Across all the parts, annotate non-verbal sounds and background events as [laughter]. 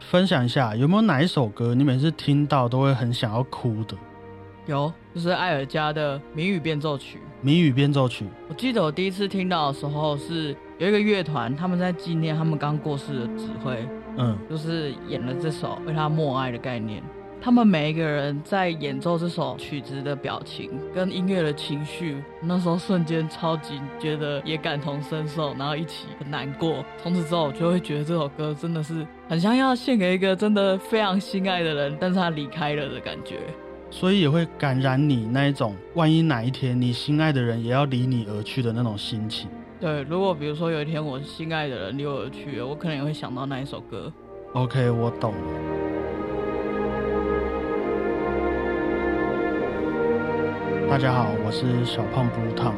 分享一下，有没有哪一首歌你每次听到都会很想要哭的？有，就是艾尔加的《谜语变奏曲》。谜语变奏曲，我记得我第一次听到的时候是有一个乐团，他们在纪念他们刚过世的指挥，嗯，就是演了这首为他默哀的概念。他们每一个人在演奏这首曲子的表情跟音乐的情绪，那时候瞬间超级觉得也感同身受，然后一起很难过。从此之后，我就会觉得这首歌真的是很像要献给一个真的非常心爱的人，但是他离开了的感觉。所以也会感染你那一种，万一哪一天你心爱的人也要离你而去的那种心情。对，如果比如说有一天我心爱的人离我而去了，我可能也会想到那一首歌。 OK，我懂了。大家好，我是小胖 Blue Tom。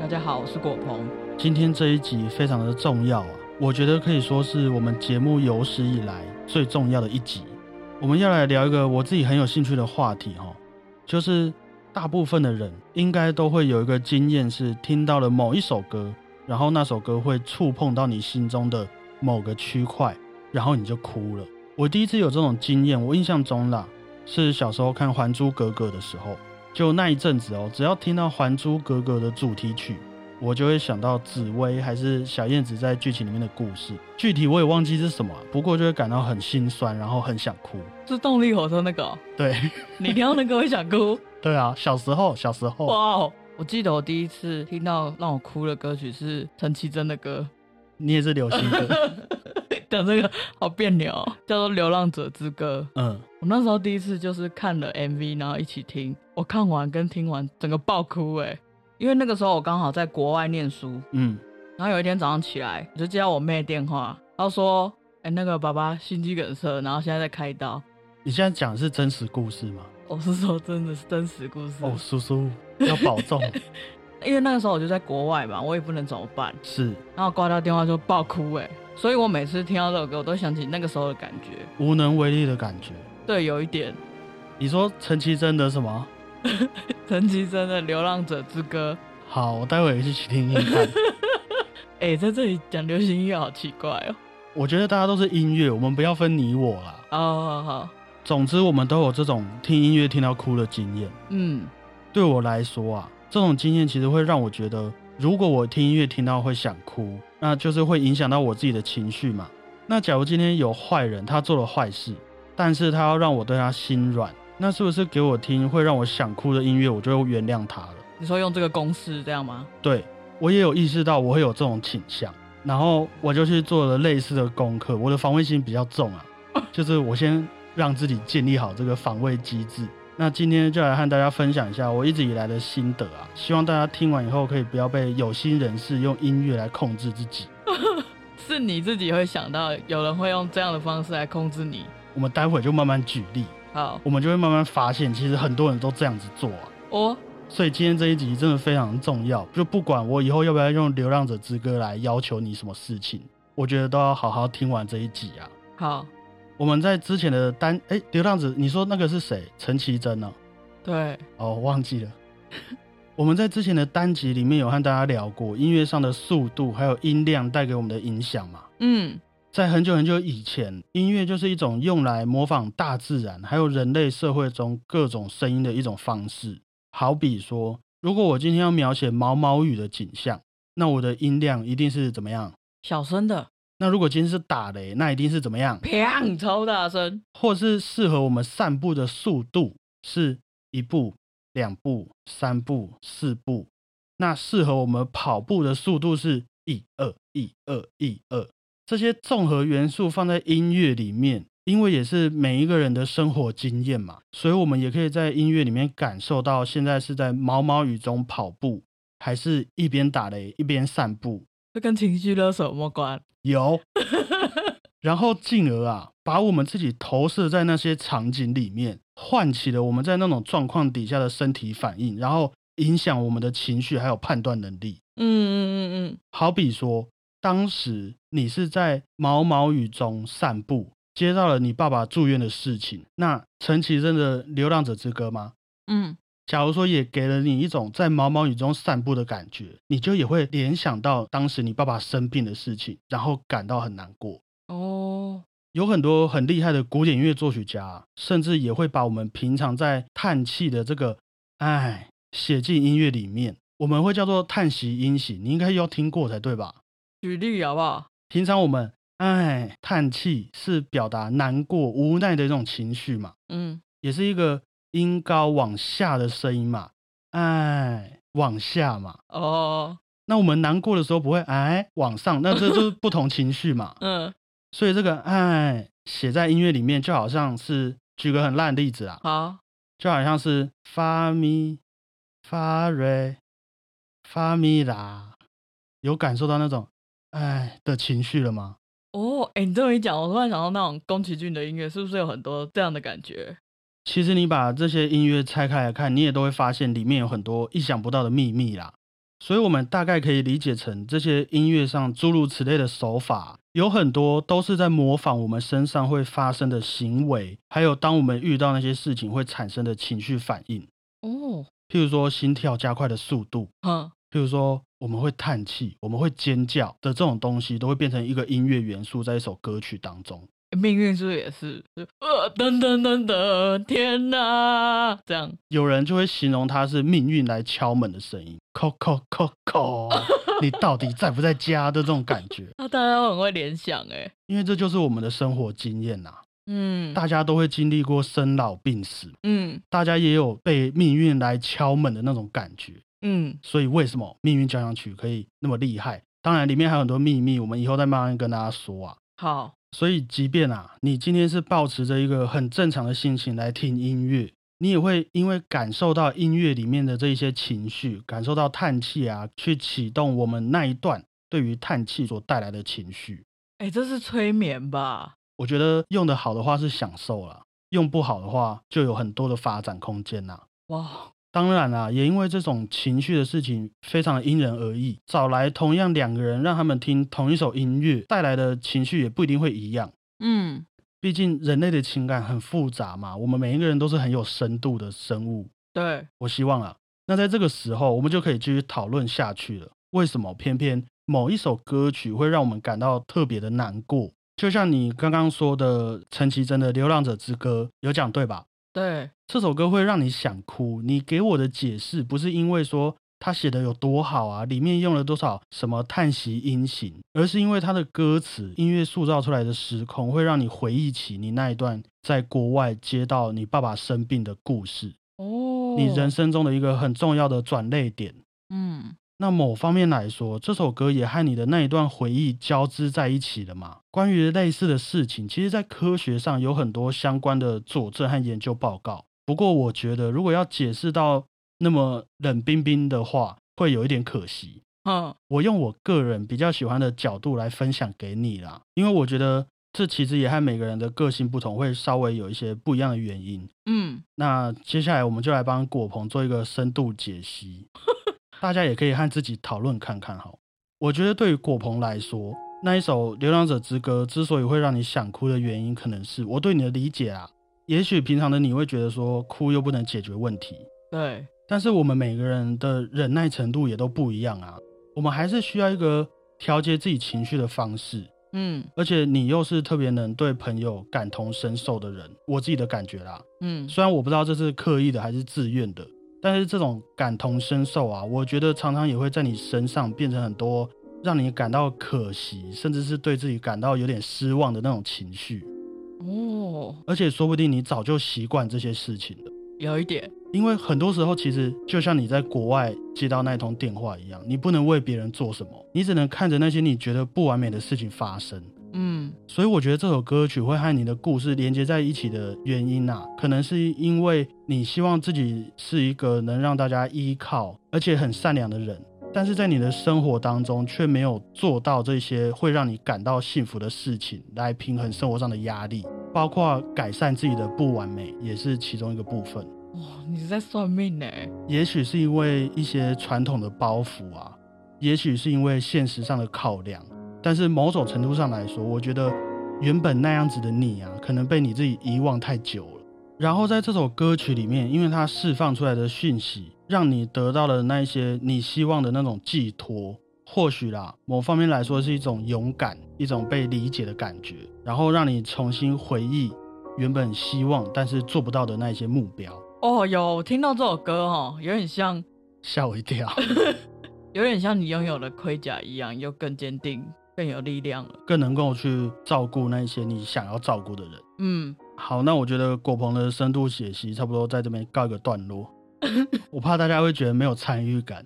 大家好，我是果鹏。今天这一集非常的重要啊，我觉得可以说是我们节目有史以来最重要的一集。我们要来聊一个我自己很有兴趣的话题哦，就是大部分的人应该都会有一个经验，是听到了某一首歌，然后那首歌会触碰到你心中的某个区块，然后你就哭了。我第一次有这种经验，我印象中啦，是小时候看《还珠格格》的时候，就那一阵子哦，只要听到《还珠格格》的主题曲，我就会想到紫薇还是小燕子在剧情里面的故事，具体我也忘记是什么啊、不过就会感到很心酸，然后很想哭。是动力火车那个哦、对， [laughs] 你听到那个会想哭？对啊，小时候，小时哇候，哦！我记得我第一次听到让我哭的歌曲是陈绮贞的歌，你也是流行歌，讲这个好别扭哦，叫做《流浪者之歌》。嗯，我那时候第一次就是看了 MV，然后一起听，我看完跟听完整个爆哭哎、因为那个时候我刚好在国外念书，嗯，然后有一天早上起来，我就接到我妹的电话，她说：“哎、那个爸爸心肌梗塞，然后现在在开刀。你现在讲的是真实故事吗？”我是说真的是真实故事哦，叔叔要保重，因为那个时候我就在国外嘛，我也不能怎么办，是然后挂掉电话就爆哭哎、所以我每次听到这首歌，我都想起那个时候的感觉。无能为力的感觉。对，有一点你说陈绮贞的什么？陈绮贞的《流浪者之歌好，我待会也是去听听看。》哎、在这里讲流行音乐好奇怪哦。我觉得大家都是音乐，我们不要分你我啦。好好好，总之，我们都有这种听音乐听到哭的经验。嗯，对我来说啊，这种经验其实会让我觉得，如果我听音乐听到会想哭，那就是会影响到我自己的情绪嘛。那假如今天有坏人他做了坏事，但是他要让我对他心软，那是不是给我听会让我想哭的音乐，我就会原谅他了？你说用这个公式这样吗？对我也有意识到我会有这种倾向，然后我就去做了类似的功课。我的防卫心比较重啊，就是我先让自己建立好这个防卫机制。那今天就来和大家分享一下我一直以来的心得啊，希望大家听完以后可以不要被有心人士用音乐来控制自己。是你自己会想到有人会用这样的方式来控制你。我们待会就慢慢举例，好，我们就会慢慢发现，其实很多人都这样子做啊。哦，所以今天这一集真的非常重要，就不管我以后要不要用《流浪者之歌》来要求你什么事情，我觉得都要好好听完这一集啊。好，我们在之前的单哎，流浪者，你说那个是谁？陈绮贞呢？对，哦，我忘记了。 [laughs] 我们在之前的单集里面有和大家聊过音乐上的速度还有音量带给我们的影响嘛。嗯，在很久很久以前，音乐就是一种用来模仿大自然还有人类社会中各种声音的一种方式。好比说，如果我今天要描写毛毛雨的景象，那我的音量一定是怎么样？小声的，那如果今天是打雷，那一定是怎么样？砰，超大声，或是适合我们散步的速度是一步、两步、三步、四步。那适合我们跑步的速度是一二一二一二。这些综合元素放在音乐里面，因为也是每一个人的生活经验嘛，所以我们也可以在音乐里面感受到现在是在毛毛雨中跑步，还是一边打雷一边散步。这跟情绪勒索有没有关？有， [laughs] 然后进而啊，把我们自己投射在那些场景里面，唤起了我们在那种状况底下的身体反应，然后影响我们的情绪还有判断能力。嗯嗯嗯嗯，好比说，当时你是在毛毛雨中散步，接到了你爸爸住院的事情，那陈绮贞的《流浪者之歌》吗？嗯，假如说也给了你一种在毛毛雨中散步的感觉，你就也会联想到当时你爸爸生病的事情，然后感到很难过。嗯哦，有很多很厉害的古典音乐作曲家啊、甚至也会把我们平常在叹气的这个“唉”写进音乐里面，我们会叫做叹息音型，你应该要听过才对吧？举例好不好？平常我们“唉”叹气是表达难过、无奈的一种情绪嘛，嗯，也是一个音高往下的声音嘛，“唉”往下嘛。哦，那我们难过的时候不会“唉”往上，那这就是不同情绪嘛。嗯，所以这个“唉”写在音乐里面，就好像是举个很烂的例子啊，好，就好像是发咪发瑞发咪啦，有感受到那种“唉”的情绪了吗？哦，哎、你这么一讲，我突然想到那种宫崎骏的音乐，是不是有很多这样的感觉？其实你把这些音乐拆开来看，你也都会发现里面有很多意想不到的秘密啦。所以，我们大概可以理解成，这些音乐上诸如此类的手法，有很多都是在模仿我们身上会发生的行为，还有当我们遇到那些事情会产生的情绪反应。哦，譬如说，心跳加快的速度，哼，譬如说我们会叹气，我们会尖叫的这种东西，都会变成一个音乐元素在一首歌曲当中。命运是不是也是？就呃，噔噔噔噔，天哪，这样，有人就会形容它是命运来敲门的声音，叩叩叩叩，你到底在不在家的这种感觉，那大家都很会联想哎、因为这就是我们的生活经验呐、嗯大家都会经历过生老病死，嗯大家也有被命运来敲门的那种感觉，嗯，所以为什么命运交响曲可以那么厉害？当然，里面还有很多秘密，我们以后再慢慢跟大家说啊。好，所以，即便啊，你今天是抱持着一个很正常的心情来听音乐，你也会因为感受到音乐里面的这一些情绪，感受到叹气啊，去启动我们那一段对于叹气所带来的情绪。哎、这是催眠吧？我觉得用的好的话是享受啦，用不好的话就有很多的发展空间呐、哇，当然啦、也因为这种情绪的事情非常的因人而异，找来同样两个人，让他们听同一首音乐，带来的情绪也不一定会一样。嗯，毕竟人类的情感很复杂嘛，我们每一个人都是很有深度的生物。对，我希望啊，那在这个时候，我们就可以继续讨论下去了。为什么偏偏某一首歌曲会让我们感到特别的难过？就像你刚刚说的，陈绮贞的《流浪者之歌》有讲对吧？对，这首歌会让你想哭。你给我的解释不是因为说他写的有多好啊，里面用了多少什么叹息音型，而是因为他的歌词、音乐塑造出来的时空，会让你回忆起你那一段在国外接到你爸爸生病的故事，哦，你人，生中的一个很重要的转捩点。嗯，那某方面来说，这首歌也和你的那一段回忆交织在一起了嘛？关于类似的事情，其实在科学上有很多相关的佐证和研究报告。不过，我觉得如果要解释到那么冷冰冰的话，会有一点可惜。哼，我用我个人比较喜欢的角度来分享给你啦，因为我觉得这其实也和每个人的个性不同，会稍微有一些不一样的原因。嗯，那接下来我们就来帮果鹏做一个深度解析，大家也可以和自己讨论看看哈。我觉得对于果鹏来说，那一首《流浪者之歌》之所以会让你想哭的原因，可能是我对你的理解啊。也许平常的你会觉得说哭又不能解决问题，对，但是我们每个人的忍耐程度也都不一样啊。我们还是需要一个调节自己情绪的方式，嗯而且你又是特别能对朋友感同身受的人，我自己的感觉啦。嗯，虽然我不知道这是刻意的还是自愿的，但是这种感同身受啊，我觉得常常也会在你身上变成很多让你感到可惜，甚至是对自己感到有点失望的那种情绪。哦，而且说不定你早就习惯这些事情了，有一点，因为很多时候其实就像你在国外接到那通电话一样，你不能为别人做什么，你只能看着那些你觉得不完美的事情发生。嗯所以我觉得这首歌曲会和你的故事连接在一起的原因啊，可能是因为你希望自己是一个能让大家依靠而且很善良的人，但是在你的生活当中却没有做到这些会让你感到幸福的事情，来平衡生活上的压力，包括改善自己的不完美也是其中一个部分。哇，你在算命呢？也许是因为一些传统的包袱啊，也许是因为现实上的考量，但是某种程度上来说，我觉得原本那样子的你啊，可能被你自己遗忘太久了。然后在这首歌曲里面，因为它释放出来的讯息，让你得到了那一些你希望的那种寄托，或许啦，某方面来说是一种勇敢，一种被理解的感觉，然后让你重新回忆原本希望但是做不到的那一些目标。哦，有我听到这首歌哦，有点像，吓我一跳，有点像你拥有的盔甲一样，又更坚定，更有力量了。更能够去照顾那些你想要照顾的人。嗯，好，那我觉得果鹏的深度解析差不多在这边告一个段落。我怕大家会觉得没有参与感。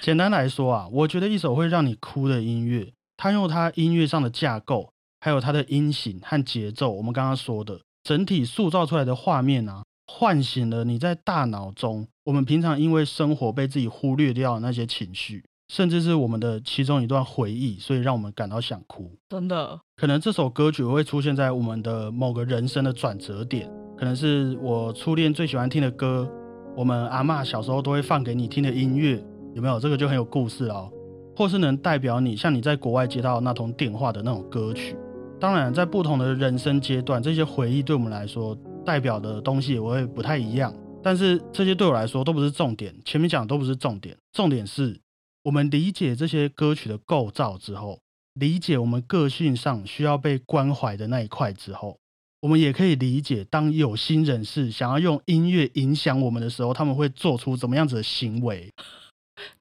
简单来说啊，我觉得一首会让你哭的音乐，它用它音乐上的架构，还有它的音型和节奏，我们刚刚说的整体塑造出来的画面啊，唤醒了你在大脑中我们平常因为生活被自己忽略掉的那些情绪，甚至是我们的其中一段回忆，所以让我们感到想哭。真的，可能这首歌曲会出现在我们的某个人生的转折点，可能是我初恋最喜欢听的歌，我们阿嬷小时候都会放给你听的音乐，有没有？这个就很有故事哦，或是能代表你，像你在国外接到那通电话的那种歌曲。当然，在不同的人生阶段，这些回忆对我们来说代表的东西也会不太一样。但是这些对我来说都不是重点，前面讲的都不是重点，重点是我们理解这些歌曲的构造之后，理解我们个性上需要被关怀的那一块之后，我们也可以理解，当有心人士想要用音乐影响我们的时候，他们会做出怎么样子的行为。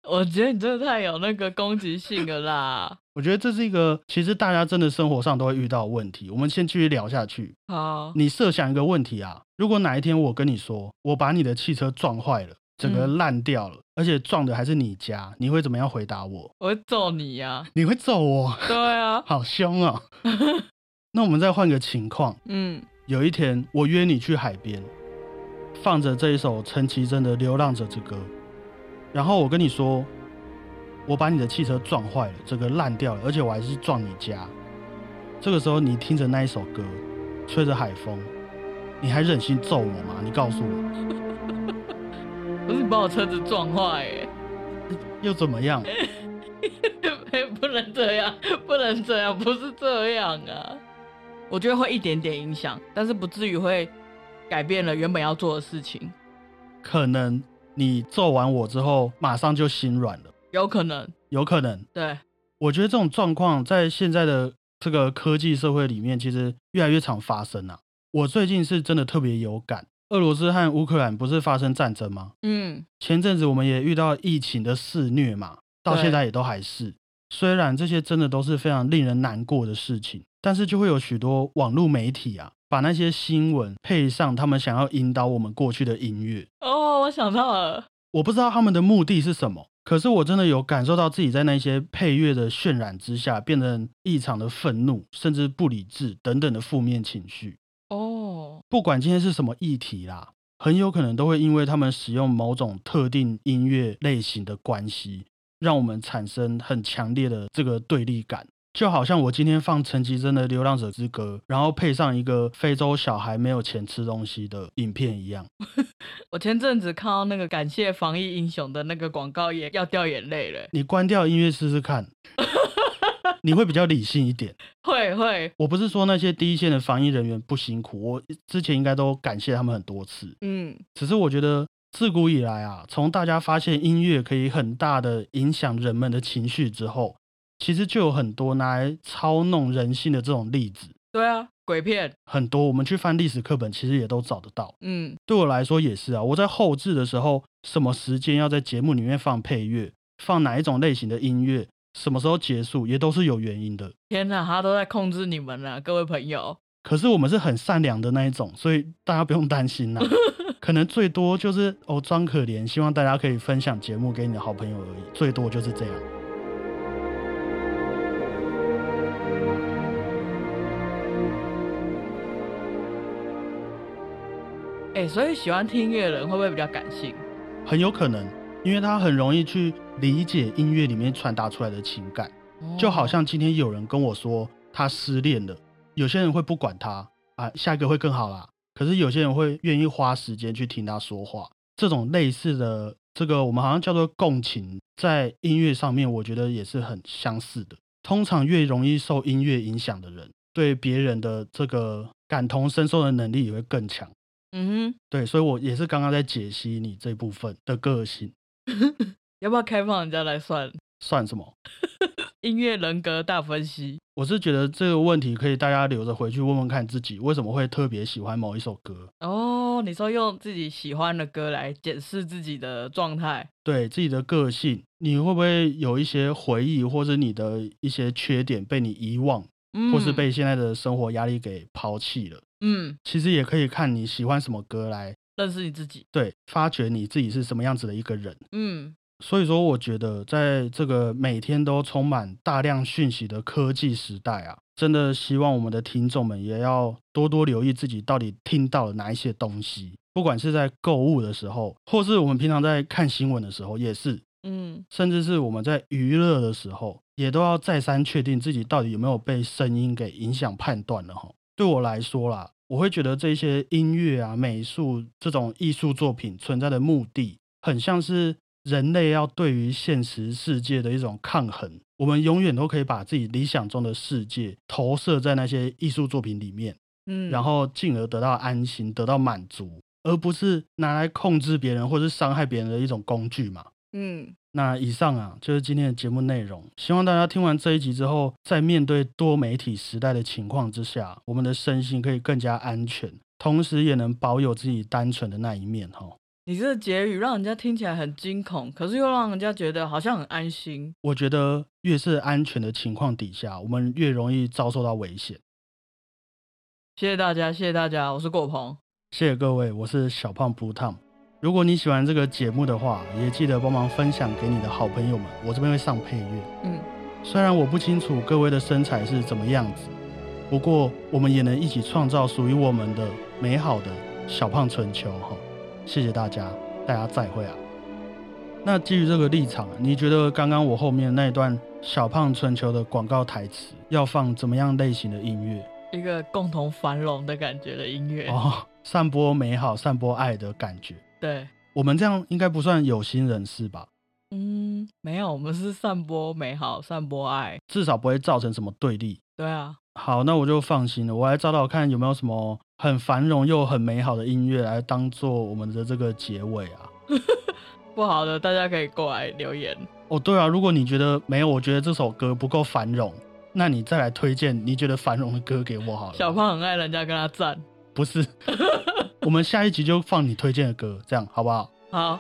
我觉得你真的太有那个攻击性了啦。我觉得这是一个，其实大家真的生活上都会遇到的问题。我们先继续聊下去。好，你设想一个问题啊，如果哪一天我跟你说，我把你的汽车撞坏了，整个嗯烂掉了，而且撞的还是你家，你会怎么样回答我？我会揍你呀、你会揍我， [laughs] 对啊，好凶 [laughs] 哦。那我们再换个情况，嗯，有一天，我约你去海边，放着这一首陈绮贞的《流浪者之歌》，然后我跟你说，我把你的汽车撞坏了，整个烂掉了，而且我还是撞你家。这个时候，你听着那一首歌，吹着海风，你还忍心揍我吗？你告诉我，不是你把我车子撞坏、欸，又怎么样？哎， [laughs] 不能这样，不能这样，不是这样啊！我觉得会一点点影响，但是不至于会改变了原本要做的事情，可能你揍完我之后，马上就心软了，有可能。有可能。对，我觉得这种状况在现在的这个科技社会里面，其实越来越常发生啊。我最近是真的特别有感，俄罗斯和乌克兰不是发生战争吗？嗯，前阵子我们也遇到疫情的肆虐嘛，到对现在也都还是。虽然这些真的都是非常令人难过的事情，但是就会有许多网络媒体啊，把那些新闻配上他们想要引导我们过去的音乐。哦，我想到了，我不知道他们的目的是什么，可是我真的有感受到自己在那些配乐的渲染之下，变成异常的愤怒，甚至不理智等等的负面情绪。哦，不管今天是什么议题啦，很有可能都会因为他们使用某种特定音乐类型的关系，让我们产生很强烈的这个对立感。就好像我今天放陈绮贞的《流浪者之歌》，然后配上一个非洲小孩没有钱吃东西的影片一样。我前阵子看到那个感谢防疫英雄的那个广告，也要掉眼泪了。你关掉音乐试试看，你会比较理性一点。会会，我不是说那些第一线的防疫人员不辛苦，我之前应该都感谢他们很多次。嗯，只是我觉得自古以来啊，从大家发现音乐可以很大的影响人们的情绪之后，其实就有很多拿来操弄人性的这种例子，对啊，鬼片，很多我们去翻历史课本，其实也都找得到。嗯，对我来说也是啊，我在后置的时候，什么时间要在节目里面放配乐，放哪一种类型的音乐，什么时候结束，也都是有原因的。天哪，他都在控制你们了，各位朋友。可是我们是很善良的那一种，所以大家不用担心啦、可能最多就是哦装可怜，希望大家可以分享节目给你的好朋友而已，最多就是这样。哎、所以喜欢听音乐的人会不会比较感性？很有可能，因为他很容易去理解音乐里面传达出来的情感。哦就好像今天有人跟我说他失恋了，有些人会不管他啊，下一个会更好啦。可是有些人会愿意花时间去听他说话，这种类似的，这个我们好像叫做共情，在音乐上面我觉得也是很相似的。通常越容易受音乐影响的人，对别人的这个感同身受的能力也会更强。嗯哼，对，所以我也是刚刚在解析你这部分的个性。要不要开放人家来算？算什么？音乐人格大分析，我是觉得这个问题可以大家留着回去问问看自己为什么会特别喜欢某一首歌，哦，你说用自己喜欢的歌来检视自己的状态，对自己的个性，你会不会有一些回忆或者你的一些缺点被你遗忘，嗯，或是被现在的生活压力给抛弃了？嗯其实也可以看你喜欢什么歌来认识你自己，对发掘你自己是什么样子的一个人。嗯所以说，我觉得在这个每天都充满大量讯息的科技时代啊，真的希望我们的听众们也要多多留意自己到底听到了哪一些东西，不管是在购物的时候，或是我们平常在看新闻的时候，也是，嗯，甚至是我们在娱乐的时候，也都要再三确定自己到底有没有被声音给影响判断了哈。对我来说啦，我会觉得这些音乐啊、美术这种艺术作品存在的目的，很像是人类要对于现实世界的一种抗衡。我们永远都可以把自己理想中的世界投射在那些艺术作品里面，嗯，然后进而得到安心、得到满足，而不是拿来控制别人或是伤害别人的一种工具嘛。嗯，那以上啊，就是今天的节目内容。希望大家听完这一集之后，在面对多媒体时代的情况之下，我们的身心可以更加安全，同时也能保有自己单纯的那一面哈。你这个结语让人家听起来很惊恐，可是又让人家觉得好像很安心，我觉得越是安全的情况底下，我们越容易遭受到危险。谢谢大家，谢谢大家，我是果鹏，谢谢各位，我是小胖 Blue Tom。如果你喜欢这个节目的话，也记得帮忙分享给你的好朋友们，我这边会上配乐。嗯，虽然我不清楚各位的身材是怎么样子，不过我们也能一起创造属于我们的美好的小胖春秋哈。谢谢大家，大家再会啊！那基于这个立场，啊你觉得刚刚我后面那一段小胖春秋的广告台词要放怎么样类型的音乐？一个共同繁荣的感觉的音乐，哦，散播美好、散播爱的感觉。对，我们这样应该不算有心人士吧？嗯，没有，我们是散播美好，散播爱，至少不会造成什么对立。对啊，好，那我就放心了。我来找找看有没有什么很繁荣又很美好的音乐来当做我们的这个结尾啊。不好的大家可以过来留言，哦，对啊，如果你觉得没有，我觉得这首歌不够繁荣，那你再来推荐你觉得繁荣的歌给我好了。小胖很爱人家跟他赞， [laughs] 不是，我们下一集就放你推荐的歌，这样好不好？好，